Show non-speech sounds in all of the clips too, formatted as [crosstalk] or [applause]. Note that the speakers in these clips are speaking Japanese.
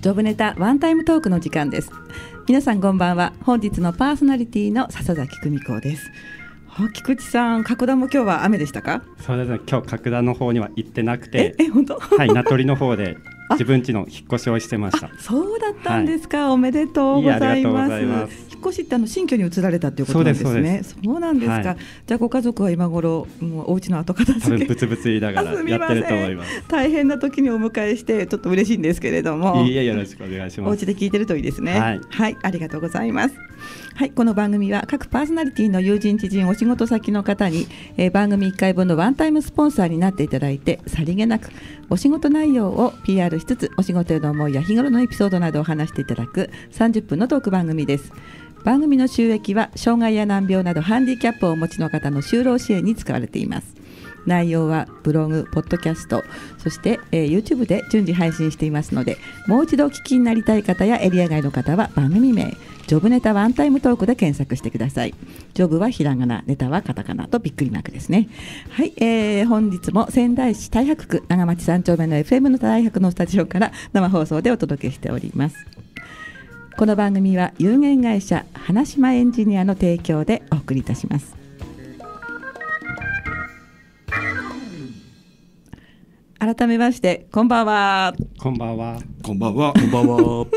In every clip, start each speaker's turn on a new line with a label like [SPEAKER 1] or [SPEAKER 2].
[SPEAKER 1] ジョブネタワンタイムトークの時間です。皆さんこんばんは。本日のパーソナリティの笹崎久美子です。あ菊池さん、角田も今日は雨でしたか？
[SPEAKER 2] そうですね今日角田の方には行ってなく
[SPEAKER 1] え
[SPEAKER 2] て、
[SPEAKER 1] え、本当？ [laughs]
[SPEAKER 2] はい、名取の方で
[SPEAKER 1] あ
[SPEAKER 2] 自分家の引っ越しをしてました
[SPEAKER 1] あ、そうだったんですか。おめでとうござ
[SPEAKER 2] い
[SPEAKER 1] い
[SPEAKER 2] えありがとう
[SPEAKER 1] ます。
[SPEAKER 2] ございます
[SPEAKER 1] 引っ越しってあの新居に移られたということなんです
[SPEAKER 2] そうで
[SPEAKER 1] ね。そうなんですか。
[SPEAKER 2] はい
[SPEAKER 1] じゃあご家族は今頃もうお家の後片
[SPEAKER 2] 多
[SPEAKER 1] 付
[SPEAKER 2] 分
[SPEAKER 1] け
[SPEAKER 2] ブツブツ言いながら
[SPEAKER 1] あすみ
[SPEAKER 2] や
[SPEAKER 1] ま
[SPEAKER 2] っ
[SPEAKER 1] せ
[SPEAKER 2] て
[SPEAKER 1] ん
[SPEAKER 2] ると思います
[SPEAKER 1] [laughs] 大変な時にお迎えしてちょっと嬉しいんですけれども。
[SPEAKER 2] いいえよろしくお願いし
[SPEAKER 1] お
[SPEAKER 2] ます
[SPEAKER 1] 家で聞いてるといいですね。
[SPEAKER 2] はい
[SPEAKER 1] ありがとうございます。はい、この番組は各パーソナリティの友人知人お仕事先の方に、えー番組1回分のワンタイムスポンサーになっていただいてさりげなくお仕事内容を PR しつつお仕事への思いや日頃のエピソードなどを話していただく30分のトーク番組です。番組の収益は障害や難病などハンディキャップをお持ちの方の就労支援に使われています。内容はブログ、ポッドキャスト、そして、えー YouTube で順次配信していますので、もう一度お聞きになりたい方やエリア外の方は番組名、ジョブネタワンタイムトークで検索してください。ジョブはひらがな、ネタはカタカナとびっくりマークですね。はい、えー本日も仙台市太白区長町三丁目の FM の太白のスタジオから生放送でお届けしております。この番組は有限会社花島エンジニアの提供でお送りいたします。改めまして、こんばんは。
[SPEAKER 2] こんばんは
[SPEAKER 3] こんばんは。こんばんは。
[SPEAKER 1] こ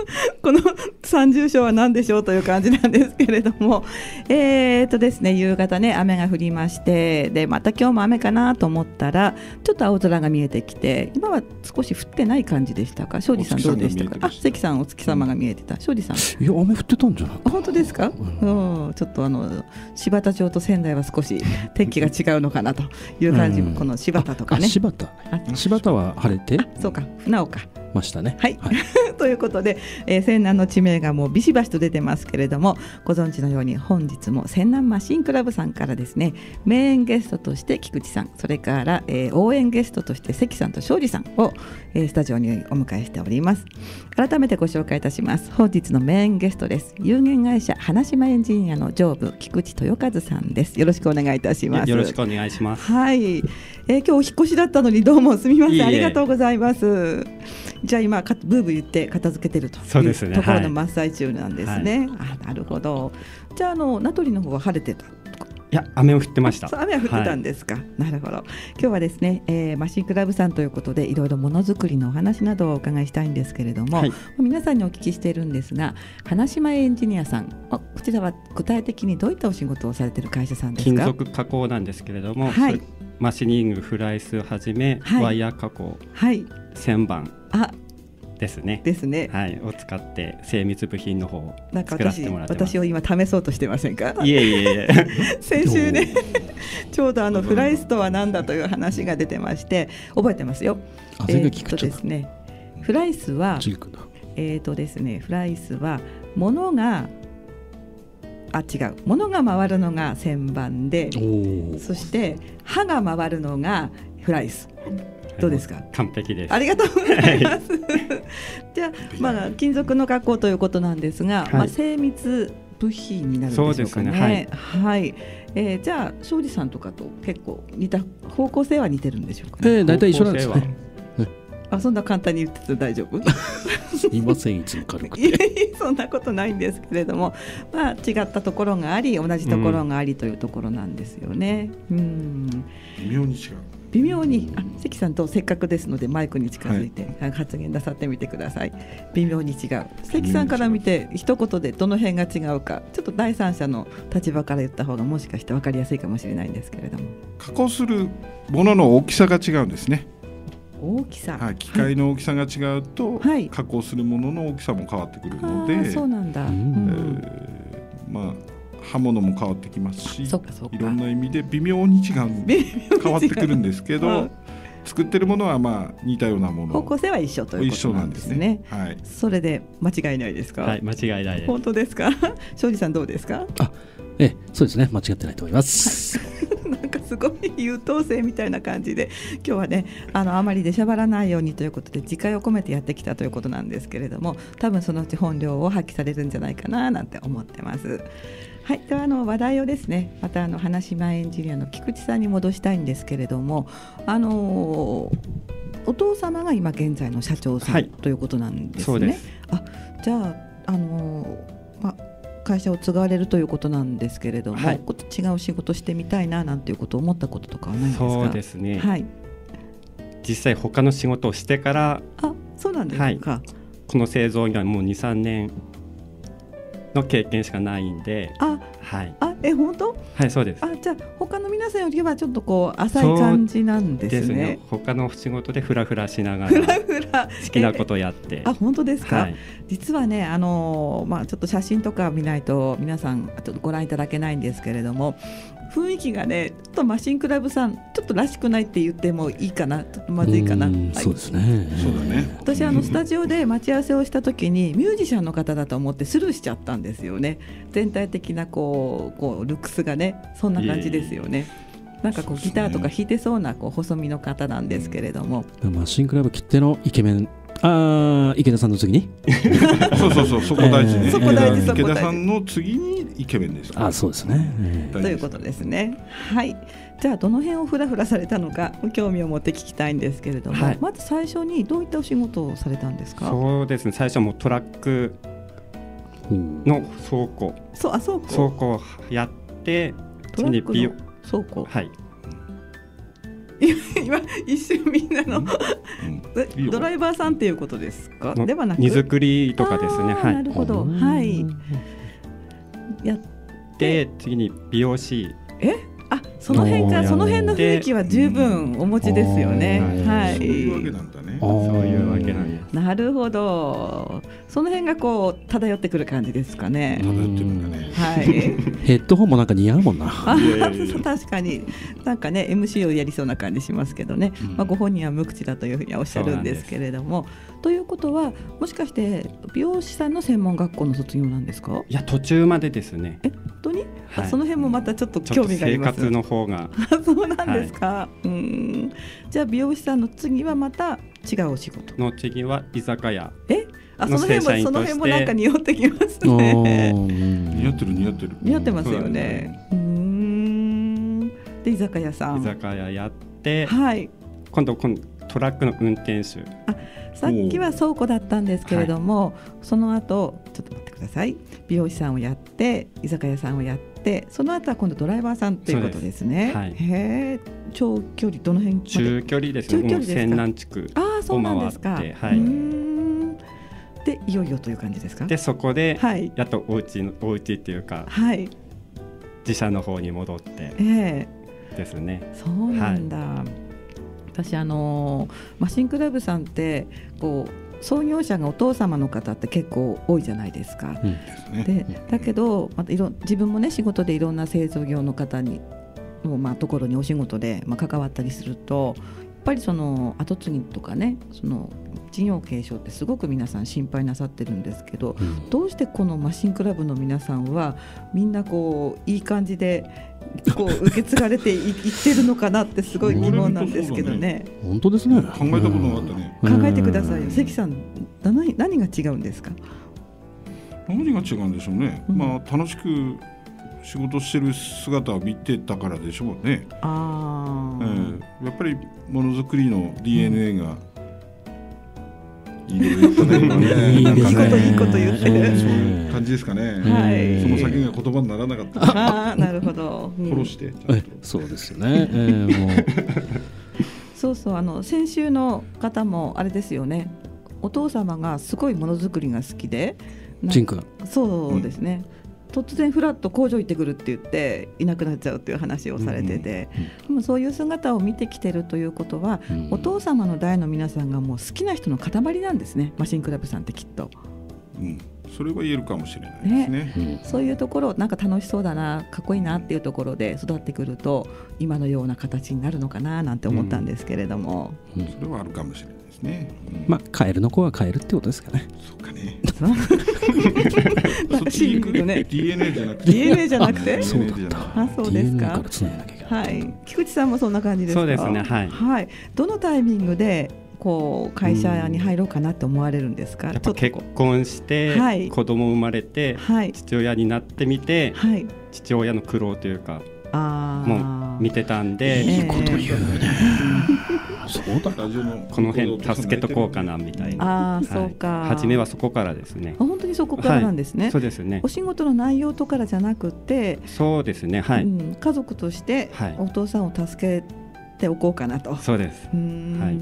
[SPEAKER 1] の三重賞は何でしょうという感じなんですけれども、 [laughs] えーとですね、夕方ね雨が降りましてでまた今日も雨かなと思ったらちょっと青空が見えてきて今は少し降ってない感じでしたか庄司さんどうでしたか
[SPEAKER 3] お月さんが見えてま
[SPEAKER 1] あ
[SPEAKER 3] した
[SPEAKER 1] 関さんお月様が見えてた庄司さん
[SPEAKER 3] いや、雨降ってたんじゃない。
[SPEAKER 1] あ本当ですか、
[SPEAKER 3] う
[SPEAKER 1] うん、ちょっとあの柴田町と仙台は少し天気が違うのかなという感じも、
[SPEAKER 3] うん
[SPEAKER 1] この柴田とか
[SPEAKER 3] あ
[SPEAKER 1] ね
[SPEAKER 3] 柴田。柴田は晴れて
[SPEAKER 1] あそうか船岡
[SPEAKER 3] ましたね。
[SPEAKER 1] はい [laughs] ということで、えー、仙南の地名がもうビシバシと出てますけれどもご存知のように本日も仙南マシンクラブさんからですね名演ゲストとして菊池さんそれから、えー応援ゲストとして関さんと勝利さんを、えースタジオにお迎えしております改めてご紹介いたします本日の名演ゲストです有限会社花島エンジニアの上部菊池豊和さんですよろしくお願いいたします
[SPEAKER 2] よろしくお願いします
[SPEAKER 1] はい、えー、今日お引っ越しだったのにどうもすみません
[SPEAKER 2] いえいえ
[SPEAKER 1] ありがとうございますじゃあ今かブーブー言って片付けてると
[SPEAKER 2] そう
[SPEAKER 1] い
[SPEAKER 2] です
[SPEAKER 1] う
[SPEAKER 2] ね
[SPEAKER 1] ところ
[SPEAKER 2] は
[SPEAKER 1] の
[SPEAKER 2] い
[SPEAKER 1] 真っ最中なんですね、あなるほどじゃああの名取の方は晴れてた
[SPEAKER 2] いや雨を降ってました
[SPEAKER 1] そう雨は降ってたん
[SPEAKER 2] で、
[SPEAKER 1] ですか、なるほど今日はですね、えーマシンクラブさんということでいろいろものづくりのお話などをお伺いしたいんですけれども、
[SPEAKER 2] はい
[SPEAKER 1] 皆さんにお聞きしているんですが花島エンジニアさんあこちらは具体的にどういったお仕事をされている会社さんです
[SPEAKER 2] 金
[SPEAKER 1] か
[SPEAKER 2] 属加工なんですけれども、
[SPEAKER 1] はい
[SPEAKER 2] それマシニングフライスはじめ、
[SPEAKER 1] はい
[SPEAKER 2] ワイヤー加工
[SPEAKER 1] はい
[SPEAKER 2] 旋盤
[SPEAKER 1] あ
[SPEAKER 2] ですね
[SPEAKER 1] ですね
[SPEAKER 2] はいを使って精密部品の方を
[SPEAKER 1] なんか
[SPEAKER 2] 作らせ
[SPEAKER 1] 私
[SPEAKER 2] てもらってます
[SPEAKER 1] 私を今試そうとしてませんか
[SPEAKER 2] いえいえいえ
[SPEAKER 1] [laughs] 先週ね
[SPEAKER 3] ど
[SPEAKER 1] [laughs] ちょうどあのフライスとは何だという話が出てまして覚えてますよ
[SPEAKER 3] あ、全然
[SPEAKER 1] え
[SPEAKER 3] 聞
[SPEAKER 1] ーっ
[SPEAKER 3] く
[SPEAKER 1] と
[SPEAKER 3] ちゃ
[SPEAKER 1] で
[SPEAKER 3] う。
[SPEAKER 1] すねフライスは
[SPEAKER 3] 次行くな。
[SPEAKER 1] えーっとですねフライスは物があ違う物が回るのが旋盤で
[SPEAKER 3] おお。
[SPEAKER 1] そして歯が回るのがフライスどう
[SPEAKER 2] [laughs]
[SPEAKER 1] ですか
[SPEAKER 2] 完璧です
[SPEAKER 1] ありがとうございます。 [laughs] じゃあ、まあ、金属の加工ということなんですが、
[SPEAKER 2] はい
[SPEAKER 1] まあ、精密部品になるんでしょうか
[SPEAKER 2] そうですね
[SPEAKER 1] ね。はい、えーじゃあ、庄司さんとかと結構似た方向性は似てるんでしょうか、ね。
[SPEAKER 3] えー、大体一緒なんです
[SPEAKER 2] 方向性
[SPEAKER 3] ね。
[SPEAKER 1] あ、そんな簡単に言ってて大丈夫。 [laughs]
[SPEAKER 3] いません、いつも [laughs] 軽く
[SPEAKER 1] いえい
[SPEAKER 3] て。
[SPEAKER 1] えそんなことないんですけれども、まあ、違ったところがあり、同じところがありというところなんですよね。うん
[SPEAKER 4] 微妙に違う。
[SPEAKER 1] 微妙にあ関さんとせっかくですのでマイクに近づいて、あ発言なさってみてください微妙に違う関さんから見て一言でどの辺が違うかちょっと第三者の立場から言った方がもしかして分かりやすいかもしれないんですけれども
[SPEAKER 4] 加工するものの大きさが違うんですね。
[SPEAKER 1] 大きさ
[SPEAKER 4] はい、機械の大きさが違うと、
[SPEAKER 1] はい
[SPEAKER 4] 加工するものの大きさも変わってくるので、
[SPEAKER 1] あーそうなんだ、う
[SPEAKER 3] うん
[SPEAKER 1] ん
[SPEAKER 4] えーまあ刃物も変わってきますし、
[SPEAKER 1] そうかそうか
[SPEAKER 4] いろんな意味で微妙に違う
[SPEAKER 1] 微
[SPEAKER 4] 変わってくるんですけ
[SPEAKER 1] はい
[SPEAKER 4] ど、作ってるものはまあ似たようなも
[SPEAKER 1] 方向
[SPEAKER 4] の
[SPEAKER 1] 性は一緒という
[SPEAKER 4] 一
[SPEAKER 1] こと
[SPEAKER 4] 緒
[SPEAKER 1] な
[SPEAKER 4] なん
[SPEAKER 1] ん
[SPEAKER 4] で
[SPEAKER 1] ですす
[SPEAKER 4] ね
[SPEAKER 1] ね。
[SPEAKER 4] はい。
[SPEAKER 1] それで間違いないですか、
[SPEAKER 2] はい間違いないです
[SPEAKER 1] 本当ですか [laughs] 庄司さんどうですか
[SPEAKER 3] ええ、そうですね。間違ってないと思います。
[SPEAKER 1] なんかすごい優等生みたいな感じで今日はねあのあまり出しゃばらないようにということで自戒を込めてやってきたということなんですけれども多分そのうち本領を発揮されるんじゃないかななんて思ってます。はい、ではあの話題をですねまたあの話し前エンジニアの菊池さんに戻したいんですけれどもあのお父様が今現在の社長さん、
[SPEAKER 2] はい
[SPEAKER 1] ということなんですね。
[SPEAKER 2] そうです
[SPEAKER 1] あじゃああの、ま、会社を継がれるということなんですけれども、
[SPEAKER 2] はい
[SPEAKER 1] こ違う仕事してみたいななんていうことを思ったこととかはないんですか
[SPEAKER 2] そうですね、
[SPEAKER 1] はい、
[SPEAKER 2] 実際他の仕事をしてから
[SPEAKER 1] あそうなんですか、
[SPEAKER 2] この製造にはもう23年の経験しかないんで
[SPEAKER 1] あ
[SPEAKER 2] はい、
[SPEAKER 1] あえ本当
[SPEAKER 2] はい、そうです
[SPEAKER 1] あじゃあ他の皆さんよりはちょっとこう浅い感じなんで
[SPEAKER 2] ですす
[SPEAKER 1] ね
[SPEAKER 2] ね。他の仕事でフラフラしなが
[SPEAKER 1] ふ
[SPEAKER 2] ら
[SPEAKER 1] ら
[SPEAKER 2] 好
[SPEAKER 1] ふら
[SPEAKER 2] きなことやって
[SPEAKER 1] あ本当ですか、
[SPEAKER 2] はい、
[SPEAKER 1] 実はね、あのーまあ、ちょっと写真とか見ないと皆さんちょっとご覧いただけないんですけれども雰囲気がねちょっとマシンクラブさんちょっとらしくないって言ってもいいかなちょっと [laughs] まずいかな、
[SPEAKER 3] うん
[SPEAKER 1] はい
[SPEAKER 3] そうですね。
[SPEAKER 4] そうだね
[SPEAKER 1] 私あのスタジオで待ち合わせをした時にミュージシャンの方だと思ってスルーしちゃったんですよね全体的なこうこうルックスがねそんな感じですよね。なんかこうギターとか弾いてそうなこう細身の方なんですけれども、
[SPEAKER 3] マシンクラブ切手のイケメン。あー池田さんの次に
[SPEAKER 4] そうそうそう、そこ大事
[SPEAKER 3] え
[SPEAKER 4] ね。
[SPEAKER 3] ーそこ大事
[SPEAKER 4] 池
[SPEAKER 1] [laughs]
[SPEAKER 4] 田
[SPEAKER 1] そこ大事
[SPEAKER 4] 池田さんの次にイケメンです。
[SPEAKER 3] あそうですね、え
[SPEAKER 1] と
[SPEAKER 4] 大事
[SPEAKER 1] いうことですね。はい、じゃあどの辺をフラフラされたのか興味を持って聞きたいんですけれども、
[SPEAKER 2] はい
[SPEAKER 1] まず最初にどういったお仕事をされたんですか。そう
[SPEAKER 2] そうですね最初はもうトラック
[SPEAKER 3] ーうん
[SPEAKER 2] の倉庫
[SPEAKER 1] あそうか
[SPEAKER 2] 倉庫をやって
[SPEAKER 1] トラック
[SPEAKER 2] 次に
[SPEAKER 1] の倉庫。
[SPEAKER 2] はい
[SPEAKER 1] [laughs] 今一瞬みんな [laughs] の
[SPEAKER 4] うん
[SPEAKER 1] え
[SPEAKER 4] いいよ
[SPEAKER 1] ドライバーさんっていうことですか。
[SPEAKER 2] の
[SPEAKER 1] ではなく
[SPEAKER 2] 荷造りとかですね
[SPEAKER 1] あー
[SPEAKER 2] は
[SPEAKER 1] ないるほど。
[SPEAKER 3] うん
[SPEAKER 1] はい。や
[SPEAKER 2] で次に美容師
[SPEAKER 1] えあその辺
[SPEAKER 3] お
[SPEAKER 1] か
[SPEAKER 3] ー
[SPEAKER 1] その辺の雰囲気は十分お持ちですよね
[SPEAKER 3] うん。
[SPEAKER 1] は
[SPEAKER 4] そういうわけ
[SPEAKER 1] い。
[SPEAKER 4] なんだね
[SPEAKER 3] あ。ー
[SPEAKER 2] そういうわけなんです
[SPEAKER 1] なるほど。その辺がこう漂ってくる感じですかね。
[SPEAKER 4] 漂ってくるんだね。
[SPEAKER 1] はい。 [laughs]
[SPEAKER 3] ヘッドホンもなんか似合うもんな
[SPEAKER 1] あ
[SPEAKER 4] [laughs] いやいやいや
[SPEAKER 1] 確かになんかね MC をやりそうな感じしますけどね、
[SPEAKER 4] うん
[SPEAKER 1] まあ、ご本人は無口だというふうにはおっしゃるんですけれども。ということはもしかして美容師さんの専門学校の卒業なんですか
[SPEAKER 2] いや途中までですね
[SPEAKER 1] え本当に、あ
[SPEAKER 2] はい
[SPEAKER 1] その辺もまたちょっと
[SPEAKER 2] ちょ
[SPEAKER 1] 興
[SPEAKER 2] っと
[SPEAKER 1] 味があり
[SPEAKER 2] 生
[SPEAKER 1] ます
[SPEAKER 2] 活の方が
[SPEAKER 1] あそうなんですか、うーんじゃあ美容師さんの次はまた違うお仕事
[SPEAKER 2] の次は居酒屋
[SPEAKER 1] えあその辺も
[SPEAKER 2] の正社員
[SPEAKER 1] そ
[SPEAKER 2] として
[SPEAKER 1] の辺もなんか匂ってきますね
[SPEAKER 3] おー
[SPEAKER 4] 似合ってる似合ってる。
[SPEAKER 1] 匂ってますよねうーんで居酒屋さ
[SPEAKER 2] 居
[SPEAKER 1] ん
[SPEAKER 2] 酒屋やって
[SPEAKER 1] はい
[SPEAKER 2] 今度今度トラックの運転手
[SPEAKER 1] さっきは倉庫だったんですけれども、その後ちょっと待ってください美容師さんをやって居酒屋さんをやってその後は今度ドライバーさんということですね
[SPEAKER 2] そうです
[SPEAKER 1] へえ長距離どの辺まで
[SPEAKER 2] 中距離です
[SPEAKER 1] 中
[SPEAKER 2] ね
[SPEAKER 1] 距離
[SPEAKER 2] もう
[SPEAKER 1] ですか
[SPEAKER 2] 泉南地区
[SPEAKER 1] ああそうなんですか
[SPEAKER 2] を回ってはいう
[SPEAKER 1] ーんでいよいよという感じですか
[SPEAKER 2] でそこで、
[SPEAKER 1] はい
[SPEAKER 2] やっとお家のお家っていうか
[SPEAKER 1] はい
[SPEAKER 2] 自社の方に戻って
[SPEAKER 1] ええ
[SPEAKER 2] ですね
[SPEAKER 1] そうなんだ、私あのーマシンクラブさんってこう創業者がお父様の方って結構多いじゃないですか
[SPEAKER 3] うん
[SPEAKER 1] でだけど、またいろん自分もね仕事でいろんな製造業の方にの、まあ、ところにお仕事で、まあ、関わったりするとやっぱりその後継ぎとかねその事業継承ってすごく皆さん心配なさってるんですけど
[SPEAKER 3] うん
[SPEAKER 1] どうしてこのマシンクラブの皆さんはみんなこういい感じでこう受け継がれていいってるのかなってすごい疑問なんですけどね
[SPEAKER 3] 本当ですね
[SPEAKER 4] 考えたことなかったね。
[SPEAKER 1] 考えてくださいよ
[SPEAKER 3] うん
[SPEAKER 1] 関さん何何が違うんですか
[SPEAKER 4] 何が違うんでしょうね。
[SPEAKER 1] うん
[SPEAKER 4] まあ楽しく仕事してる姿を見てたからでしょうね。
[SPEAKER 1] あ
[SPEAKER 4] う
[SPEAKER 1] ー
[SPEAKER 4] んやっぱりものづくりの DNA がいいね今ね
[SPEAKER 3] いい
[SPEAKER 4] なん
[SPEAKER 3] です
[SPEAKER 4] か
[SPEAKER 3] ね
[SPEAKER 1] [laughs]
[SPEAKER 4] ね
[SPEAKER 1] いいこと言ってる
[SPEAKER 4] そういう感じですかね。
[SPEAKER 1] はい
[SPEAKER 4] その先が言葉にならなかった。
[SPEAKER 1] あーなるほど、うん
[SPEAKER 4] 殺して。
[SPEAKER 3] えそうですよね、えーもう
[SPEAKER 1] そうそうあの先週の方もあれですよねお父様がすごいものづくりが好きでな
[SPEAKER 3] ジン君
[SPEAKER 1] そうですね、突然フラッと工場行ってくるって言っていなくなっちゃうっていう話をされてて、でもそういう姿を見てきてるということは、
[SPEAKER 3] うん
[SPEAKER 1] お父様の代の皆さんがもう好きな人の塊なんですねマシンクラブさんってきっと
[SPEAKER 4] うんそれは言えるかもしれないですね。
[SPEAKER 3] うん
[SPEAKER 1] そういうところなんか楽しそうだなかっこいいなっていうところで育ってくると今のような形になるのかななんて思ったんですけれども、
[SPEAKER 4] それはあるかもしれないですね。うん
[SPEAKER 3] まあカエルの子はカエルってことですかね
[SPEAKER 4] そうかね。
[SPEAKER 1] [laughs] なんかシンプルね
[SPEAKER 4] DNA じゃなくて。 [laughs]
[SPEAKER 1] DNA じゃなくて
[SPEAKER 4] あ
[SPEAKER 3] そうだった
[SPEAKER 1] あそうです
[SPEAKER 3] DNA
[SPEAKER 1] か
[SPEAKER 3] からつなげなきゃいけ
[SPEAKER 1] はい、菊池さんもそんな感じですか。
[SPEAKER 2] そうですねはい
[SPEAKER 1] はい、どのタイミングで、こう会社に入ろうかなって思われるんですか。
[SPEAKER 2] やっ
[SPEAKER 1] ちょ
[SPEAKER 2] ぱ
[SPEAKER 1] っと
[SPEAKER 2] 結婚して、
[SPEAKER 1] はい
[SPEAKER 2] 子供生まれて、
[SPEAKER 1] はい、
[SPEAKER 2] 父親になってみて、
[SPEAKER 1] はい、
[SPEAKER 2] 父親の苦労というか
[SPEAKER 1] ああ、
[SPEAKER 2] もう見てたんで、
[SPEAKER 1] ええいいこと言
[SPEAKER 3] うね。そうだ。
[SPEAKER 4] ラジオの
[SPEAKER 2] この辺助けとこうかなみたいな。
[SPEAKER 1] ああ、
[SPEAKER 2] い
[SPEAKER 1] そうか。
[SPEAKER 2] 初めはそこからですね
[SPEAKER 1] あ。本当にそこからなんですね。
[SPEAKER 2] そうですね
[SPEAKER 1] お。仕事の内容とからじゃなくて、
[SPEAKER 2] そうですね。はい。
[SPEAKER 1] うん、家族として
[SPEAKER 2] はい
[SPEAKER 1] お父さんを助けておこうかなと。
[SPEAKER 2] そうです。
[SPEAKER 1] うーん
[SPEAKER 2] はい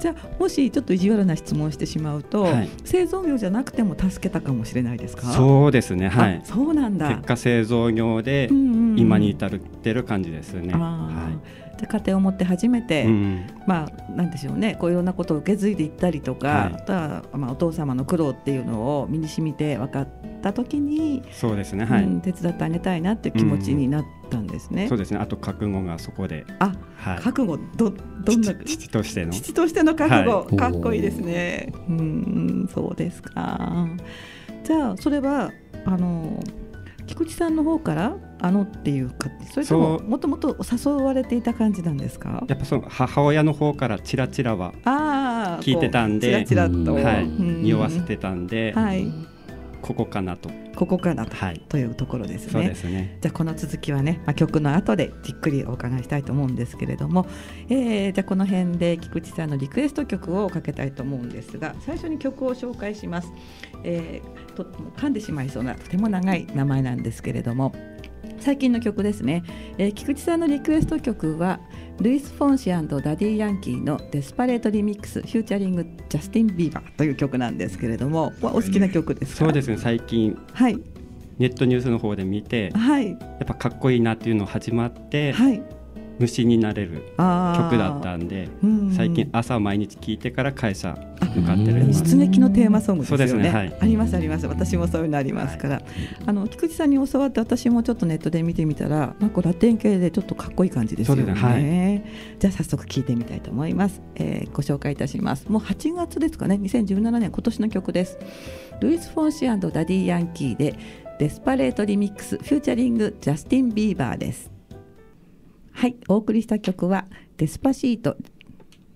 [SPEAKER 1] じゃあもしちょっと意地悪な質問してしまうと、
[SPEAKER 2] はい
[SPEAKER 1] 製造業じゃなくても助けたかもしれないですか
[SPEAKER 2] そうですね。はい
[SPEAKER 1] あ。そうなんだ
[SPEAKER 2] 結果製造業で
[SPEAKER 1] うんうんうん
[SPEAKER 2] 今に至るってる感じですね。
[SPEAKER 1] あ
[SPEAKER 2] は
[SPEAKER 1] ーじゃあ家庭を持って初めて、
[SPEAKER 2] い。うん。
[SPEAKER 1] まあなんでしょうねこういろんなことを受け継いでいったりとか、
[SPEAKER 2] はい
[SPEAKER 1] あとは、まあ、お父様の苦労っていうのを身に染みて分かった時に、
[SPEAKER 2] そうですね。は
[SPEAKER 1] うん
[SPEAKER 2] い。
[SPEAKER 1] 手伝ってあげたいなっていう気持ちになったんですね。
[SPEAKER 2] そうですね。あと覚悟がそこで。
[SPEAKER 1] あ
[SPEAKER 2] はい。
[SPEAKER 1] 覚悟どどんな
[SPEAKER 2] 父父としての。
[SPEAKER 1] 父としての覚悟、
[SPEAKER 2] は
[SPEAKER 3] おー
[SPEAKER 1] かっこいいですね。うん、そうですか。じゃあそれはあの菊池さんの方からあのっていうか、それとも
[SPEAKER 2] そう
[SPEAKER 1] もともと誘われていた感じなんですか。
[SPEAKER 2] やっぱその母親の方からチラチラは
[SPEAKER 1] ああ、
[SPEAKER 2] 聞いてたんで
[SPEAKER 1] こうちらちらっと、
[SPEAKER 3] うん
[SPEAKER 2] はい
[SPEAKER 1] うん
[SPEAKER 2] 匂わせてたんで、
[SPEAKER 1] はい、
[SPEAKER 2] ここかなと。
[SPEAKER 1] ここからと
[SPEAKER 2] はい。
[SPEAKER 1] というところですね。
[SPEAKER 2] そうですね。
[SPEAKER 1] じゃあこの続きはね、まあ、曲の後でじっくりお伺いしたいと思うんですけれども、えーじゃあこの辺で菊池さんのリクエスト曲をかけたいと思うんですが最初に曲を紹介します、えーと噛んでしまいそうなとても長い名前なんですけれども最近の曲ですね、えー菊池さんのリクエスト曲はルイス・フォンシアンとダディ・ヤンキーの「デスパレート・リミックス・フューチャリング・ジャスティン・ビーバー」という曲なんですけれども、まあお好きな曲ですか
[SPEAKER 2] そうですね。最近
[SPEAKER 1] はい
[SPEAKER 2] ネットニュースの方で見て、
[SPEAKER 1] はい
[SPEAKER 2] やっぱかっこいいなっていうの始まって、
[SPEAKER 1] はい
[SPEAKER 2] 虫になれる
[SPEAKER 1] 曲
[SPEAKER 2] 曲だったんで、
[SPEAKER 1] うん
[SPEAKER 2] 最近朝毎日聴いてから会社向かってる
[SPEAKER 3] あ
[SPEAKER 2] 今
[SPEAKER 1] 出撃のテーマソングですよね
[SPEAKER 2] そうですねはい
[SPEAKER 1] ありますあります私もそういうのありますから、あの菊池さんに教わって私もちょっとネットで見てみたらなんかラテン系でちょっとかっこいい感じですよね
[SPEAKER 2] そうですねは
[SPEAKER 1] じゃあ早速聞いてみたいと思います、えーご紹介いたしますもう8月ですかね2017年今年の曲ですルイス・フォンシアンドダディ・ヤンキーでデスパレートリミックスフューチャリングジャスティン・ビーバーですはいお送りした曲はデスパシート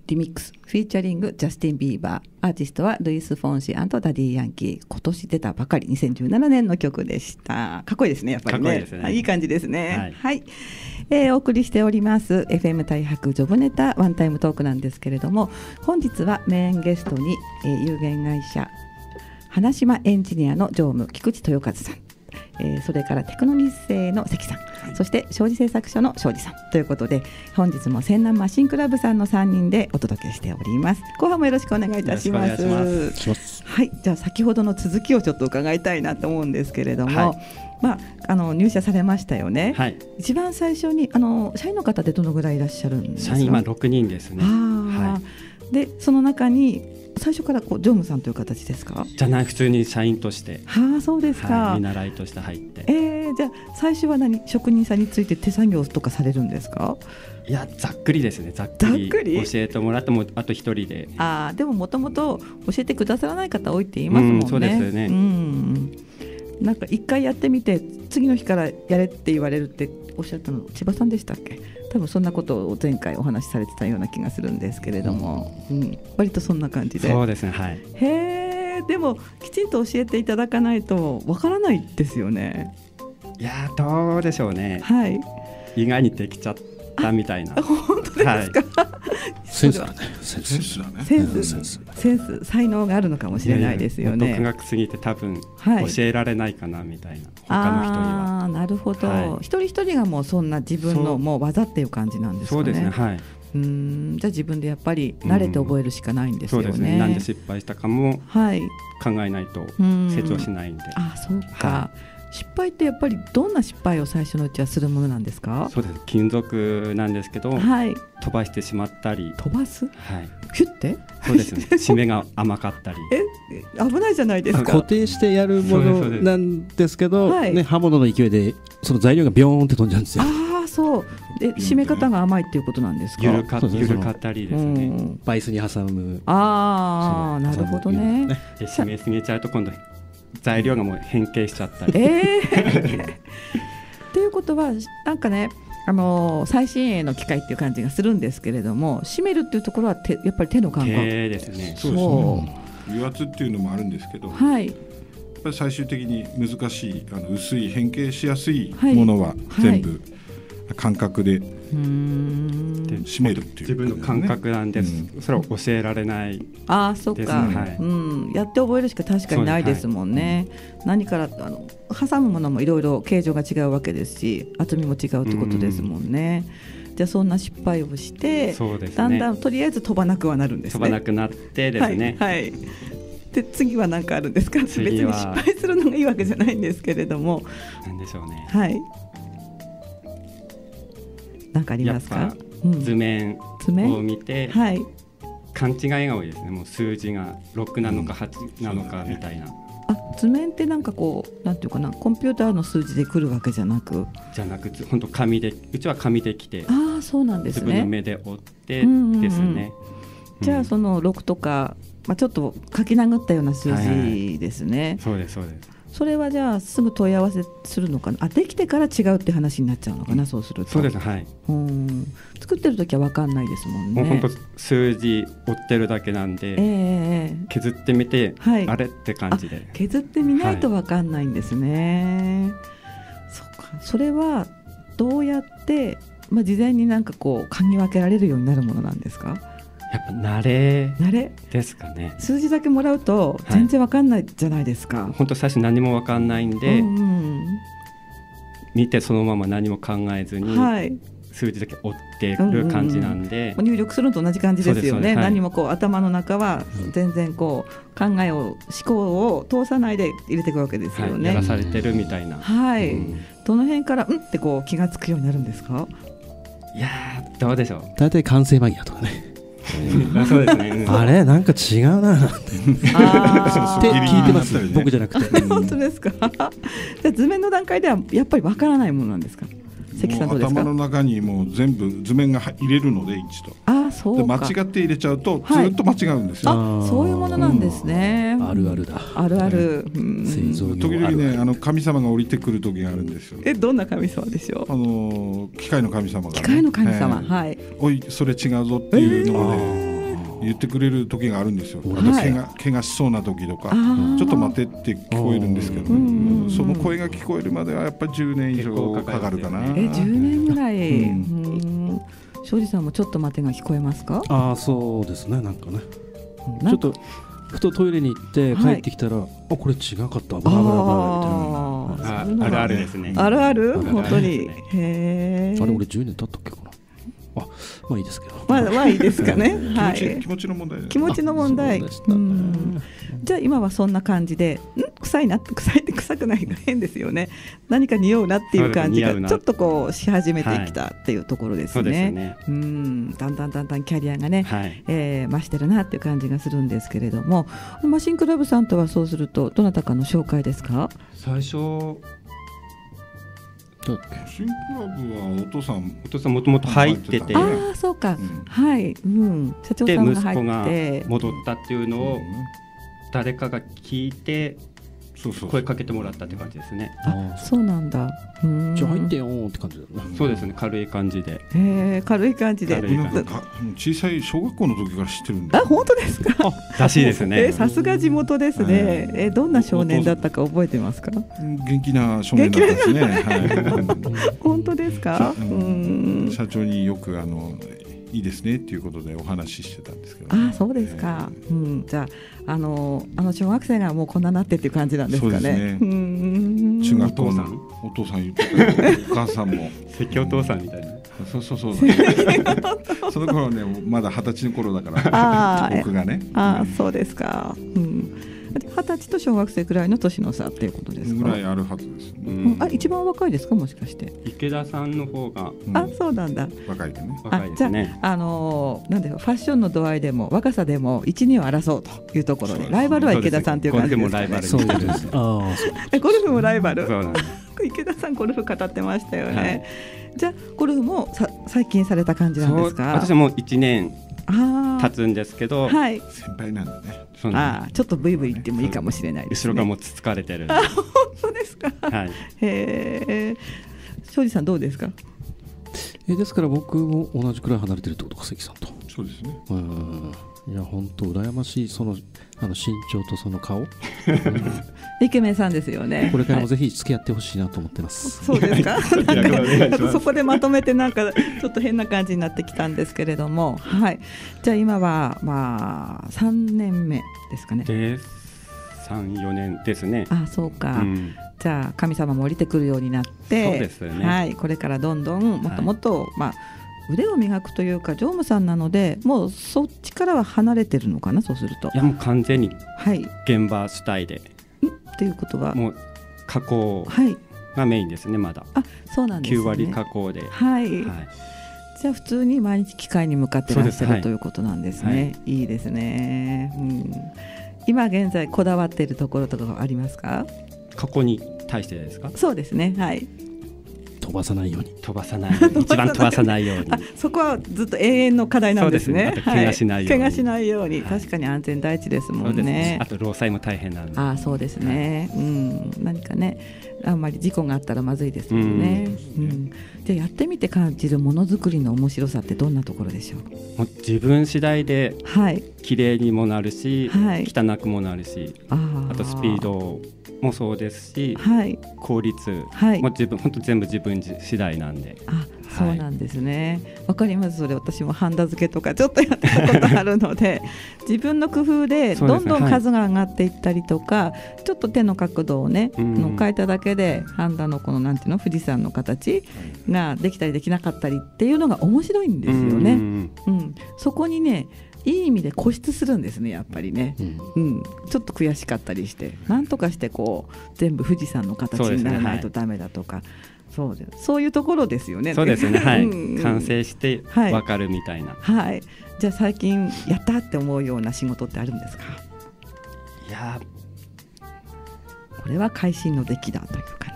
[SPEAKER 1] リミックスフィーチャリングジャスティン・ビーバーアーティストはルイス・フォンシアンとダディ・ヤンキー今年出たばかり2017年の曲でしたかっこいいですねやっぱりね
[SPEAKER 2] かっこいいですね
[SPEAKER 1] あいい感じですねは、
[SPEAKER 2] はい
[SPEAKER 1] えーお送りしております FM 大白ジョブネタワンタイムトークなんですけれども本日はメインゲストに、えー有限会社花島エンジニアの常務菊池豊和さん、えーそれからテクノニス製の関さん、そして庄司製作所の庄司さんということで本日も千南マシンクラブさんの3人でお届けしております後半もよろしくお願いいたしま
[SPEAKER 2] よろ
[SPEAKER 1] す
[SPEAKER 2] しくお願いし
[SPEAKER 3] します。
[SPEAKER 1] はいじゃあ先ほどの続きをちょっと伺いたいなと思うんですけれども、
[SPEAKER 2] は
[SPEAKER 1] まああの入社されましたよね、
[SPEAKER 2] はい、
[SPEAKER 1] 一番最初にあの社員の方でどのぐらいいらっしゃるんですか
[SPEAKER 2] 社員は6人ですね、
[SPEAKER 1] あ
[SPEAKER 2] は
[SPEAKER 1] ーでその中に最初からこう常務さんという形ですか
[SPEAKER 2] い、じゃない普通に社員として、
[SPEAKER 1] はあそうですか、
[SPEAKER 2] はい、見習いとして入って
[SPEAKER 1] えー、じゃあ最初は何職人さんについて手作業とかされるんですか
[SPEAKER 2] いやざっくりですねざっくり
[SPEAKER 1] ざっくり
[SPEAKER 2] 教えてもらってもあと一人で
[SPEAKER 1] あーでももともと教えてくださらない方多いって言いますもんね、
[SPEAKER 2] うんそうですよね
[SPEAKER 1] うんなんか一回やってみて次の日からやれって言われるっておっしゃったの千葉さんでしたっけ多分そんなことを前回お話しされてたような気がするんですけれども、うん、割とそんな感じで
[SPEAKER 2] そうですねはい
[SPEAKER 1] へえでもきちんと教えていただかないとわからないですよね
[SPEAKER 2] いやーどうでしょうね
[SPEAKER 1] はい
[SPEAKER 2] 意外にできちゃったみたいな
[SPEAKER 1] あ本当ですか、
[SPEAKER 3] センスだね。セン
[SPEAKER 4] セン
[SPEAKER 3] ス。
[SPEAKER 4] スだね
[SPEAKER 1] セン
[SPEAKER 3] うん
[SPEAKER 1] ス
[SPEAKER 3] センス。
[SPEAKER 1] センス才能があるのかもしれないですよ
[SPEAKER 2] いやいやも
[SPEAKER 1] ね。
[SPEAKER 2] う独学すぎて多分
[SPEAKER 1] はい
[SPEAKER 2] 教えられないかなみたいな、他の人には
[SPEAKER 1] ああーなるほど、
[SPEAKER 2] はい
[SPEAKER 1] 一人一人がもうそんな自分
[SPEAKER 2] そ
[SPEAKER 1] の
[SPEAKER 2] う
[SPEAKER 1] もう技っていう感じなんですかね。
[SPEAKER 2] そうですねはいう
[SPEAKER 1] ーんじゃあ自分でやっぱり慣れて覚えるしかないんです
[SPEAKER 2] そ
[SPEAKER 1] よ
[SPEAKER 2] う
[SPEAKER 1] ね。
[SPEAKER 2] ですねなんで失敗したかも
[SPEAKER 1] はい。
[SPEAKER 2] 考えないと
[SPEAKER 1] ん
[SPEAKER 2] 成長しないんで、
[SPEAKER 1] あそうか、
[SPEAKER 2] は
[SPEAKER 1] 失敗ってやっぱりどんな失敗を最初のうちはするものなんですか。
[SPEAKER 2] そうです金属なんですけど
[SPEAKER 1] はい
[SPEAKER 2] 飛ばしてしまったり、
[SPEAKER 1] 飛ばす
[SPEAKER 2] はい、
[SPEAKER 1] ヒュって
[SPEAKER 2] そうですね締めが甘かったり
[SPEAKER 1] [laughs] え危ないじゃないです
[SPEAKER 3] 固
[SPEAKER 1] か。
[SPEAKER 3] 定してやるも
[SPEAKER 2] そう
[SPEAKER 3] の
[SPEAKER 2] ですそうです
[SPEAKER 3] なんですけど、
[SPEAKER 1] はい
[SPEAKER 3] ね刃物の勢いでその材料がビョーンって飛んじゃうんですよ。
[SPEAKER 1] ああそうで締め方が甘いっていうことなんですか。
[SPEAKER 2] 緩か
[SPEAKER 3] そうですね
[SPEAKER 2] 緩かったりです
[SPEAKER 1] う
[SPEAKER 2] ね
[SPEAKER 1] ん
[SPEAKER 3] バイスに挟む。
[SPEAKER 1] ああなるほどね。
[SPEAKER 2] で締めすぎちゃうと今度材料がもう変形しちゃったり
[SPEAKER 1] [laughs] えー、っていうことはなんかねあのー最新鋭の機械っていう感じがするんですけれども締めるっていうところは手やっぱり手の感
[SPEAKER 2] 経
[SPEAKER 1] 覚
[SPEAKER 2] 営ですね。
[SPEAKER 4] そうですね油圧っていうのもあるんですけど、やっ
[SPEAKER 1] はい
[SPEAKER 4] ぱり最終的に難しいあの薄い変形しやすいものは全部感覚で
[SPEAKER 1] うーん
[SPEAKER 4] 締めるってい
[SPEAKER 2] 自
[SPEAKER 4] う、
[SPEAKER 2] 分の感覚なんです。
[SPEAKER 4] う
[SPEAKER 2] それを教えられない。
[SPEAKER 1] ああそっ
[SPEAKER 2] です
[SPEAKER 1] か、
[SPEAKER 2] ねはい
[SPEAKER 1] うん、やって覚えるしか確かにないですもんね、何からあの挟むものもいろいろ形状が違うわけですし厚みも違うってことですもんね、じゃあそんな失敗をして、
[SPEAKER 2] そうですね。
[SPEAKER 1] だんだんとりあえず飛ばなくはなるんです
[SPEAKER 2] 飛
[SPEAKER 1] ね
[SPEAKER 2] ばなくなってですね。
[SPEAKER 1] はい、はい、で次は何かあるんですか別に
[SPEAKER 2] 次
[SPEAKER 1] 失
[SPEAKER 2] は
[SPEAKER 1] 敗するのがいいわけじゃないんですけれども
[SPEAKER 2] なんでしょうね。
[SPEAKER 1] はい何かあり
[SPEAKER 2] や
[SPEAKER 1] ま
[SPEAKER 2] っ
[SPEAKER 1] す
[SPEAKER 2] ぱ
[SPEAKER 1] か、うん
[SPEAKER 2] 図面
[SPEAKER 1] 図
[SPEAKER 2] を
[SPEAKER 1] 面
[SPEAKER 2] 見て
[SPEAKER 1] はい
[SPEAKER 2] 勘違いが多いですね。もう数字が六なのか八なのかみたいな
[SPEAKER 1] あ図面ってなんかこうなんていうかなコンピューターの数字で来るわけじゃなく
[SPEAKER 2] じゃなくて、本当紙でうちは紙で来て、
[SPEAKER 1] ああそうなんです
[SPEAKER 2] 自分の
[SPEAKER 1] ね
[SPEAKER 2] 目で追って
[SPEAKER 1] うんうんうん
[SPEAKER 2] ですね。
[SPEAKER 1] じゃ
[SPEAKER 2] う
[SPEAKER 1] あ
[SPEAKER 2] ん
[SPEAKER 1] その6とか、まあ、ちょっと書き殴ったような数
[SPEAKER 2] はいは
[SPEAKER 1] 字ですね、
[SPEAKER 2] そうですそうです。
[SPEAKER 1] それはじゃあすぐ問い合わせするのかなあできてから違うって話になっちゃうのかな、そうすると
[SPEAKER 2] そうですはい。
[SPEAKER 1] うん作ってる時は分かんないですもんね。
[SPEAKER 2] もう本当数字追ってるだけなんで。
[SPEAKER 1] ええええ
[SPEAKER 2] 削ってみて、
[SPEAKER 1] はい
[SPEAKER 2] あれって感じで
[SPEAKER 1] あ削ってみないと分かんないんですね。そっかそれはどうやって、まあ、事前になんかこう嗅ぎ分けられるようになるものなんですか
[SPEAKER 2] やっぱ慣れ
[SPEAKER 1] 慣れ
[SPEAKER 2] ですかね
[SPEAKER 1] 数字だけもらうと
[SPEAKER 2] はい
[SPEAKER 1] 全然分かんないじゃないですか。
[SPEAKER 2] 本当最初何も分かんないんで、
[SPEAKER 1] うんうん
[SPEAKER 2] 見てそのまま何も考えずに、
[SPEAKER 1] はい、
[SPEAKER 2] 数字だけ追ってる感じなんで、
[SPEAKER 1] 入力するのと同じ感じですよ
[SPEAKER 2] そうですそう
[SPEAKER 1] ね
[SPEAKER 2] ですはい
[SPEAKER 1] 何もこう頭の中は全然こう考えを思考を通さないで入れていくわけですよ
[SPEAKER 2] はい、
[SPEAKER 1] ね。は
[SPEAKER 2] やら
[SPEAKER 1] い、
[SPEAKER 2] されてるみたいな、うん
[SPEAKER 1] どの辺からうんってこう気がつくようになるんですか。
[SPEAKER 2] いやーどうでしょ
[SPEAKER 3] 大体完成間際とかね
[SPEAKER 1] [laughs]
[SPEAKER 2] うそうですね、うん
[SPEAKER 3] あれなんか違うな [laughs] なんて
[SPEAKER 1] [laughs] あー
[SPEAKER 3] 聞いてます
[SPEAKER 4] ギリギリ
[SPEAKER 3] 僕じゃなくて
[SPEAKER 1] 本当ですか。 [laughs] じゃあ図面の段階ではやっぱりわからないものなんですか。関さんど
[SPEAKER 4] も
[SPEAKER 1] う
[SPEAKER 4] う
[SPEAKER 1] ですか
[SPEAKER 4] 頭の。中にもう全部図面が入れるので一度
[SPEAKER 1] ああそ
[SPEAKER 4] で
[SPEAKER 1] う
[SPEAKER 4] 間
[SPEAKER 1] か。
[SPEAKER 4] 違って入れちゃうとず
[SPEAKER 1] はい
[SPEAKER 4] っと間違うんですよ、
[SPEAKER 1] あそういうものなんですね。
[SPEAKER 3] [laughs] あるあるだ
[SPEAKER 1] あるある。うん
[SPEAKER 3] 製造業
[SPEAKER 4] 時々
[SPEAKER 3] あるあ
[SPEAKER 4] ね
[SPEAKER 3] る
[SPEAKER 4] あの神様が降りてくる時があるんですよ
[SPEAKER 1] えどんな神様でしょ
[SPEAKER 4] あの機械の神様が、
[SPEAKER 1] う。
[SPEAKER 4] ね、
[SPEAKER 1] 機械の神様
[SPEAKER 4] ええ
[SPEAKER 1] はい。
[SPEAKER 4] おいそれ違うぞっていうのをね、言ってくれる時があるんですよ、あと
[SPEAKER 1] はい
[SPEAKER 4] 怪我怪我しそうな時とか
[SPEAKER 1] あー
[SPEAKER 4] ちょっと待てって聞こえるんですけど、
[SPEAKER 1] うんうんうん
[SPEAKER 4] その声が聞こえるまではやっぱり10年以
[SPEAKER 2] 結
[SPEAKER 4] 上
[SPEAKER 2] 構
[SPEAKER 4] か
[SPEAKER 2] か
[SPEAKER 4] か
[SPEAKER 2] か
[SPEAKER 4] る
[SPEAKER 2] る
[SPEAKER 4] か
[SPEAKER 2] か
[SPEAKER 4] な
[SPEAKER 2] な
[SPEAKER 1] え10年ぐらい。う
[SPEAKER 4] うん
[SPEAKER 1] ん。庄司さんもちょっと待てが聞こえますか。
[SPEAKER 3] ああそうですねなんかね
[SPEAKER 1] な
[SPEAKER 3] ちょっとふとトイレに行って
[SPEAKER 1] はい
[SPEAKER 3] 帰ってきたら、あこれ違かった危ない危ない危ない
[SPEAKER 1] あ
[SPEAKER 2] あ
[SPEAKER 3] みたい
[SPEAKER 1] そういうのが
[SPEAKER 2] あるあるですね
[SPEAKER 1] あるある
[SPEAKER 3] あるある
[SPEAKER 1] 本当に
[SPEAKER 2] ですね。
[SPEAKER 1] へえ
[SPEAKER 3] な。あれ俺10年経ったっけかなあまあいいですけど、
[SPEAKER 1] まあまあいいですかね。は
[SPEAKER 4] 気持ち
[SPEAKER 1] い
[SPEAKER 4] 気。持ちの問題で
[SPEAKER 1] 気持ちの問題。
[SPEAKER 3] そうでしたね
[SPEAKER 1] うんじゃあ今はそんな感じで、ん臭いなって臭いって臭くないが変ですよね。何か匂うなっていう感じ
[SPEAKER 2] そうですね似合う
[SPEAKER 1] が
[SPEAKER 2] な
[SPEAKER 1] ちょっとこうし始めてきたっていうところです
[SPEAKER 2] そうです
[SPEAKER 1] ね。
[SPEAKER 2] ね
[SPEAKER 1] うん、だんだんだんだんキャリアがね。
[SPEAKER 2] はい
[SPEAKER 1] えー増してるなっていう感じがするんですけれどもマシンクラブさんとはそうするとどなたかの紹介ですか
[SPEAKER 2] 最初お
[SPEAKER 3] だっけ
[SPEAKER 4] 新クラブはお父さん、
[SPEAKER 2] 父さんもともと入って
[SPEAKER 4] え
[SPEAKER 2] て
[SPEAKER 4] え
[SPEAKER 1] ああそうか、
[SPEAKER 4] うん
[SPEAKER 1] はい、うん、社長
[SPEAKER 2] で
[SPEAKER 1] さん
[SPEAKER 2] 息
[SPEAKER 1] が
[SPEAKER 2] 子
[SPEAKER 1] 入っ
[SPEAKER 2] が
[SPEAKER 1] て
[SPEAKER 2] 戻ったっていうのを誰かが聞いて
[SPEAKER 4] そうそう
[SPEAKER 2] 声かけてもらったって感じですね
[SPEAKER 1] あそうなんだうん
[SPEAKER 3] じゃあ入ってよーって感じだよね
[SPEAKER 2] そうですね軽い感じで
[SPEAKER 1] えー軽い感じで
[SPEAKER 2] 軽い
[SPEAKER 4] なんかか小さい小学校の時から知ってるんで
[SPEAKER 1] あ本当ですか。
[SPEAKER 2] らしいですね
[SPEAKER 1] [laughs] えさすが地元ですね。えどんな少年だったか覚えてますか。
[SPEAKER 4] 元気な少年だったんですね、
[SPEAKER 1] [laughs]
[SPEAKER 4] は
[SPEAKER 1] 本当ですか。う
[SPEAKER 4] うんい、。社長によくあのいいですねっていうことでお話ししてたんですけど、
[SPEAKER 1] あそうですか。うんじゃああのあの小学生がもうこんななってっていう感じなんですかね。
[SPEAKER 4] そうですね
[SPEAKER 1] ん
[SPEAKER 4] 中学校
[SPEAKER 2] お父さ
[SPEAKER 4] の
[SPEAKER 2] ん
[SPEAKER 4] お父さん言ってたお母さんも
[SPEAKER 2] 説教父さんみたいな
[SPEAKER 4] そうそうそう
[SPEAKER 1] [laughs]
[SPEAKER 4] だその頃はねまだ二十歳の頃だから
[SPEAKER 1] あー
[SPEAKER 4] 僕がね
[SPEAKER 1] あそうですか。うん。二十歳と小学生くらいの年の差っていうことです
[SPEAKER 4] ぐ。
[SPEAKER 1] から
[SPEAKER 4] いあるはずです、ね
[SPEAKER 1] うんあ一番若いですかもしかして。
[SPEAKER 2] 池田さんの方が
[SPEAKER 4] うん
[SPEAKER 1] あそうなんだ。
[SPEAKER 4] 若いでね
[SPEAKER 1] あ
[SPEAKER 2] 若いで
[SPEAKER 1] じ
[SPEAKER 2] す
[SPEAKER 1] ゃ
[SPEAKER 2] ね。
[SPEAKER 1] あ、あのーなんでしょうファッションの度合いでも若さでも一二を争うというところ
[SPEAKER 4] そう
[SPEAKER 1] で
[SPEAKER 4] です
[SPEAKER 1] ライバルは池田さんという感じですか
[SPEAKER 2] ゴルフもライバ
[SPEAKER 1] ね
[SPEAKER 2] ル。
[SPEAKER 3] そうです [laughs] ああそう
[SPEAKER 1] えゴルフもライバ
[SPEAKER 2] そ
[SPEAKER 1] ル
[SPEAKER 2] うなんです。
[SPEAKER 1] 池田さんゴルフ語ってましたよね、
[SPEAKER 2] はい
[SPEAKER 1] じゃあゴルフもさ最近された感じなんですか
[SPEAKER 2] 私はもう一年
[SPEAKER 1] あ
[SPEAKER 2] 経つんですけ
[SPEAKER 1] あ
[SPEAKER 2] ど、
[SPEAKER 1] はい
[SPEAKER 4] 先輩なんだね
[SPEAKER 2] その
[SPEAKER 1] あーちょっとブイブイ言ってもいいかもしれないです、
[SPEAKER 2] 後
[SPEAKER 1] ね、
[SPEAKER 2] ろがもうつつかれてる。
[SPEAKER 1] あ
[SPEAKER 2] は
[SPEAKER 1] 本当ですか、
[SPEAKER 2] い。
[SPEAKER 1] へえ庄司さんどうですか
[SPEAKER 3] えですから僕も同じくらい離れてるってことか関さんと
[SPEAKER 4] そうですね
[SPEAKER 3] うんいや本当羨ましいそのあの身長とその顔
[SPEAKER 1] イケメンさんですよね
[SPEAKER 3] これからもぜひ付き合ってほしいなと思ってます、
[SPEAKER 1] そうですか。
[SPEAKER 2] いやい
[SPEAKER 1] [laughs]
[SPEAKER 2] やいや
[SPEAKER 1] ないんか
[SPEAKER 2] や
[SPEAKER 1] そこでまとめてなんかちょっと変な感じになってきたんですけれども、はい。じゃあ今はまあ三年目ですかね。
[SPEAKER 2] で34年ですね。
[SPEAKER 1] あ、そうか。
[SPEAKER 2] うん
[SPEAKER 1] じゃあ神様も降りてくるようになって、
[SPEAKER 2] そうですよね
[SPEAKER 1] はい。これからどんどんもっともっと、まあ腕を磨くというか常務さんなので、もうそっちからは離れてるのかな。そうすると、
[SPEAKER 2] いやもう完全に
[SPEAKER 1] はい。ん
[SPEAKER 2] 現場主体で
[SPEAKER 1] っていうことは、
[SPEAKER 2] もう加工
[SPEAKER 1] はい。
[SPEAKER 2] がメインですねまだ
[SPEAKER 1] あ、そうなんですね。
[SPEAKER 2] 9割加工で、は
[SPEAKER 1] はい
[SPEAKER 2] い、
[SPEAKER 1] じゃあ普通に毎日機械に向かってらっし
[SPEAKER 2] そ
[SPEAKER 1] ゃ
[SPEAKER 2] う
[SPEAKER 1] る、
[SPEAKER 2] ですはい
[SPEAKER 1] ということなんですね。い、いですね。うん、今現在こだわっているところとかはありますか？
[SPEAKER 2] 加工に対してですか
[SPEAKER 1] そうですね。はい。
[SPEAKER 3] 飛ばさないように
[SPEAKER 2] 飛ばさないように [laughs] 一番飛ばさないよ
[SPEAKER 1] [laughs]
[SPEAKER 2] うに
[SPEAKER 1] あ、そこはずっと永遠の課題なんですね。
[SPEAKER 2] そうですねあと怪我しないように
[SPEAKER 1] 怪我しないように、
[SPEAKER 2] はい
[SPEAKER 1] 確かに安全第一です
[SPEAKER 2] そ
[SPEAKER 1] も
[SPEAKER 2] うんです
[SPEAKER 1] ね
[SPEAKER 2] あ。と労災も大変なんで
[SPEAKER 1] あ、そうですね。うん、何かね、あんまり事故があったらまずいですもんね。う、
[SPEAKER 4] うんん
[SPEAKER 1] じゃあやってみて感じるものづくりの面白さってどんなところでしょう？
[SPEAKER 2] もう自分次第で
[SPEAKER 1] はい。
[SPEAKER 2] 綺麗にもなるし、
[SPEAKER 1] はい
[SPEAKER 2] 汚くもなるし
[SPEAKER 1] あ
[SPEAKER 2] あとスピー。ドもそうですし
[SPEAKER 1] はい。
[SPEAKER 2] 効率、
[SPEAKER 1] はい
[SPEAKER 2] もう自分本当全部自分次第なんで
[SPEAKER 1] あ、そ
[SPEAKER 2] は
[SPEAKER 1] う
[SPEAKER 2] い
[SPEAKER 1] なんですね。わ、かります。それ私もハンダ付けとかちょっとやってたことあるの
[SPEAKER 2] [laughs]
[SPEAKER 1] で、自分の工夫で
[SPEAKER 2] そうで
[SPEAKER 1] ど
[SPEAKER 2] す
[SPEAKER 1] ん
[SPEAKER 2] ね
[SPEAKER 1] どん
[SPEAKER 2] はい
[SPEAKER 1] 数が上がっていったりとか、ちょっと手の角度をね、
[SPEAKER 2] うん
[SPEAKER 1] の変えただけでハンダのこのなんていうの富士山の形ができたりできなかったりっていうのが面白いんですよ
[SPEAKER 2] う
[SPEAKER 1] ね。
[SPEAKER 2] ん
[SPEAKER 1] うん、そこにね、いい意味で固執するんですね。やっぱりね。
[SPEAKER 3] うん
[SPEAKER 1] うん、ちょっと悔しかったりしてなんとかしてこう全部富士山の形にならないとダメだとかそう,、そういうところですよね。
[SPEAKER 2] そうで
[SPEAKER 1] [laughs]
[SPEAKER 2] すねはい、
[SPEAKER 1] うん
[SPEAKER 2] 完成して
[SPEAKER 1] はい
[SPEAKER 2] 分かるみたいな、
[SPEAKER 1] はい、じゃあ最近やったって思うような仕事ってあるんですか
[SPEAKER 2] い、や
[SPEAKER 1] これは会心の出来だという感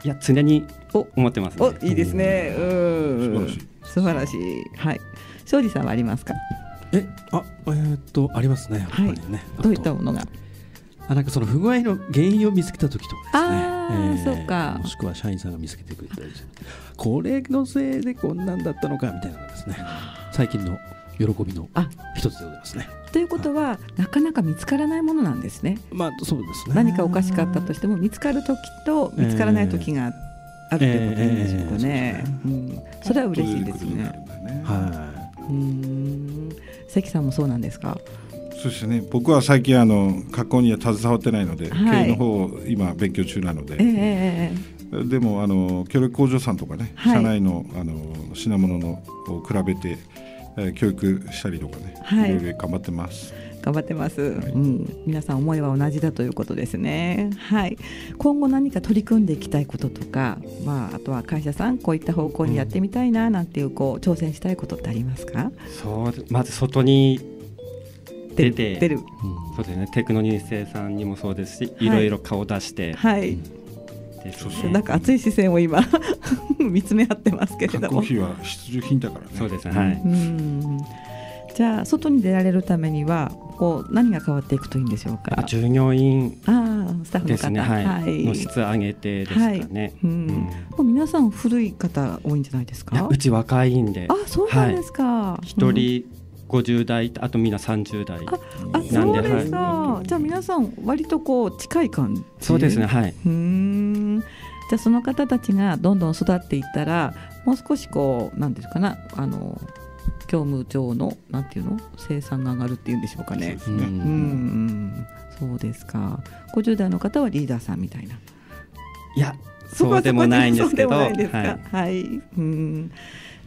[SPEAKER 1] じ。
[SPEAKER 2] いや常に
[SPEAKER 1] お
[SPEAKER 2] 思ってますね
[SPEAKER 1] おいいですね。うん
[SPEAKER 4] 素晴
[SPEAKER 1] 素晴ら
[SPEAKER 4] らしい
[SPEAKER 1] しい。はい。庄司さんはありますか。
[SPEAKER 3] えあえーっとありますねやっぱりね、
[SPEAKER 1] どういった
[SPEAKER 3] あと
[SPEAKER 1] ものが。
[SPEAKER 3] あなんかその不具合の原因を見つけた時と
[SPEAKER 1] あ
[SPEAKER 3] かですね
[SPEAKER 1] ーそうか
[SPEAKER 3] もしくは社員さんが見つけてくれたりしてこれのせいでこんなんだったのかみたいなのがですね最近の喜びの
[SPEAKER 1] あ
[SPEAKER 3] 一つでございますね
[SPEAKER 1] ということはなかなか見つからないものなんですね。
[SPEAKER 3] まあそうですね
[SPEAKER 1] 何かおかしかったとしても見つかる時と見つからない時があるということなんでしょうかね。うんそれは嬉しいですね。
[SPEAKER 3] はい
[SPEAKER 1] うん関さんもそうなんですか。
[SPEAKER 4] そうですね僕は最近あの加工には携わってないので、
[SPEAKER 1] はい
[SPEAKER 4] 経営の方を今勉強中なの
[SPEAKER 1] えええ
[SPEAKER 4] で、
[SPEAKER 1] ええ
[SPEAKER 4] でもあの協力工場さんとかね、
[SPEAKER 1] はい
[SPEAKER 4] 社内のあの品物のを比べて、えー教育したりとかね、
[SPEAKER 1] はい
[SPEAKER 4] いろいろ頑張ってます。
[SPEAKER 1] え頑張ってます、うん。皆さん思いは同じだということですね。はい。今後何か取り組んでいきたいこととか、まああとは会社さんこういった方向にやってみたいななんていうこう挑戦したいことってありますか。
[SPEAKER 2] そうまず外に出て
[SPEAKER 1] 出る。
[SPEAKER 3] うん
[SPEAKER 2] そうですねテクノニュー生さんにもそうですし、
[SPEAKER 1] はい
[SPEAKER 2] い、ろいろ顔出して
[SPEAKER 1] はい。
[SPEAKER 2] です
[SPEAKER 4] そうそ
[SPEAKER 2] ね
[SPEAKER 1] なんか熱い視線を今 [laughs] 見つめ合ってますけれ
[SPEAKER 4] 加
[SPEAKER 1] ど
[SPEAKER 4] 工
[SPEAKER 1] も。
[SPEAKER 4] 費は必需品だからね。
[SPEAKER 2] そうですねはい、
[SPEAKER 1] うんじゃあ外に出られるためにはこう何が変わっていくといいんでしょうか。
[SPEAKER 2] あ従業員
[SPEAKER 1] あースタッフの
[SPEAKER 2] で
[SPEAKER 1] 方、
[SPEAKER 2] すねはい、
[SPEAKER 1] はい
[SPEAKER 2] の質上げてですかね、
[SPEAKER 1] う
[SPEAKER 2] うんん
[SPEAKER 1] もう皆さん古い方多いんじゃないです
[SPEAKER 2] いや
[SPEAKER 1] か
[SPEAKER 2] う。ち若いんで
[SPEAKER 1] あそうなんですか。
[SPEAKER 2] 一、
[SPEAKER 1] うん
[SPEAKER 2] 人50代あとみんな30代
[SPEAKER 1] ああ
[SPEAKER 2] な
[SPEAKER 1] そ
[SPEAKER 2] ん
[SPEAKER 1] う
[SPEAKER 2] で
[SPEAKER 1] ですか、
[SPEAKER 4] はい
[SPEAKER 1] じゃあ皆さん割とこう近い感じ
[SPEAKER 2] そうですねはい、
[SPEAKER 1] うーんじゃあその方たちがどんどん育っていったらもう少しこう何ですかなあの業務上のなんていうの生産が上がるっていうんでしょうかね。
[SPEAKER 4] そうですね
[SPEAKER 1] うーんそうですか50代の方はリーダーさんみたいない
[SPEAKER 2] やそうでもないんですけど
[SPEAKER 1] そこはそこでそうでもないんですかはい、うん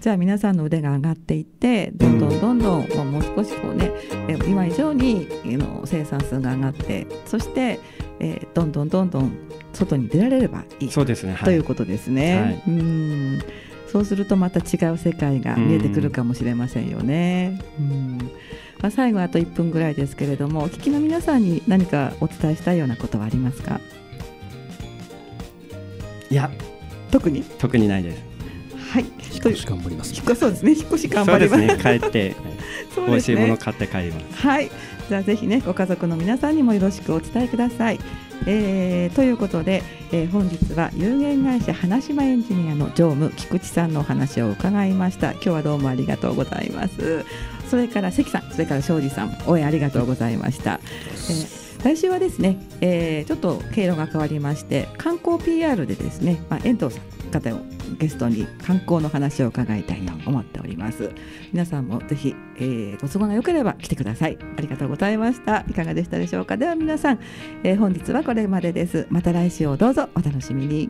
[SPEAKER 1] じゃあ皆さんの腕が上がっていってどんどんどんどんもうもう少しこうねえ今以上にえの生産数が上がってそして、えーどんどんどんどん外に出られればいい
[SPEAKER 2] そうですねは
[SPEAKER 1] という
[SPEAKER 2] い
[SPEAKER 1] ことですね。
[SPEAKER 2] はい
[SPEAKER 1] うんそうするとまた違う世界が見えてくるかもしれませんよね。うんまあ、最後あと1分ぐらいですけれどもお聞きの皆さんに何かお伝えしたいようなことはありますか
[SPEAKER 2] いや
[SPEAKER 1] 特に
[SPEAKER 2] 特にないです
[SPEAKER 1] はいという
[SPEAKER 3] 少し頑張ります
[SPEAKER 1] 引っ越そうですね引っ越し頑
[SPEAKER 2] そ
[SPEAKER 1] 張
[SPEAKER 2] うで
[SPEAKER 1] ります
[SPEAKER 2] すね帰って
[SPEAKER 1] [laughs] そう
[SPEAKER 2] 美
[SPEAKER 1] で
[SPEAKER 2] 味し
[SPEAKER 1] す
[SPEAKER 2] い
[SPEAKER 1] ね
[SPEAKER 2] もの買って帰ります
[SPEAKER 1] はいじゃあぜひねご家族の皆さんにもよろしくお伝えくださいえーということで、えー本日は有限会社花島エンジニアの常務菊池さんのお話を伺いました今日はどうもありがとうございますそれから関さんそれから庄司さん応援ありがとうございました、えー来週はですね、えーちょっと経路が変わりまして観光 PR でですね、まあ、遠藤さん方をゲストに観光の話を伺いたいと思っております皆さんもぜひ、えーご都合が良ければ来てくださいありがとうございましたいかがでしたでしょうかでは皆さんえー本日はこれまでですまた来週をどうぞお楽しみに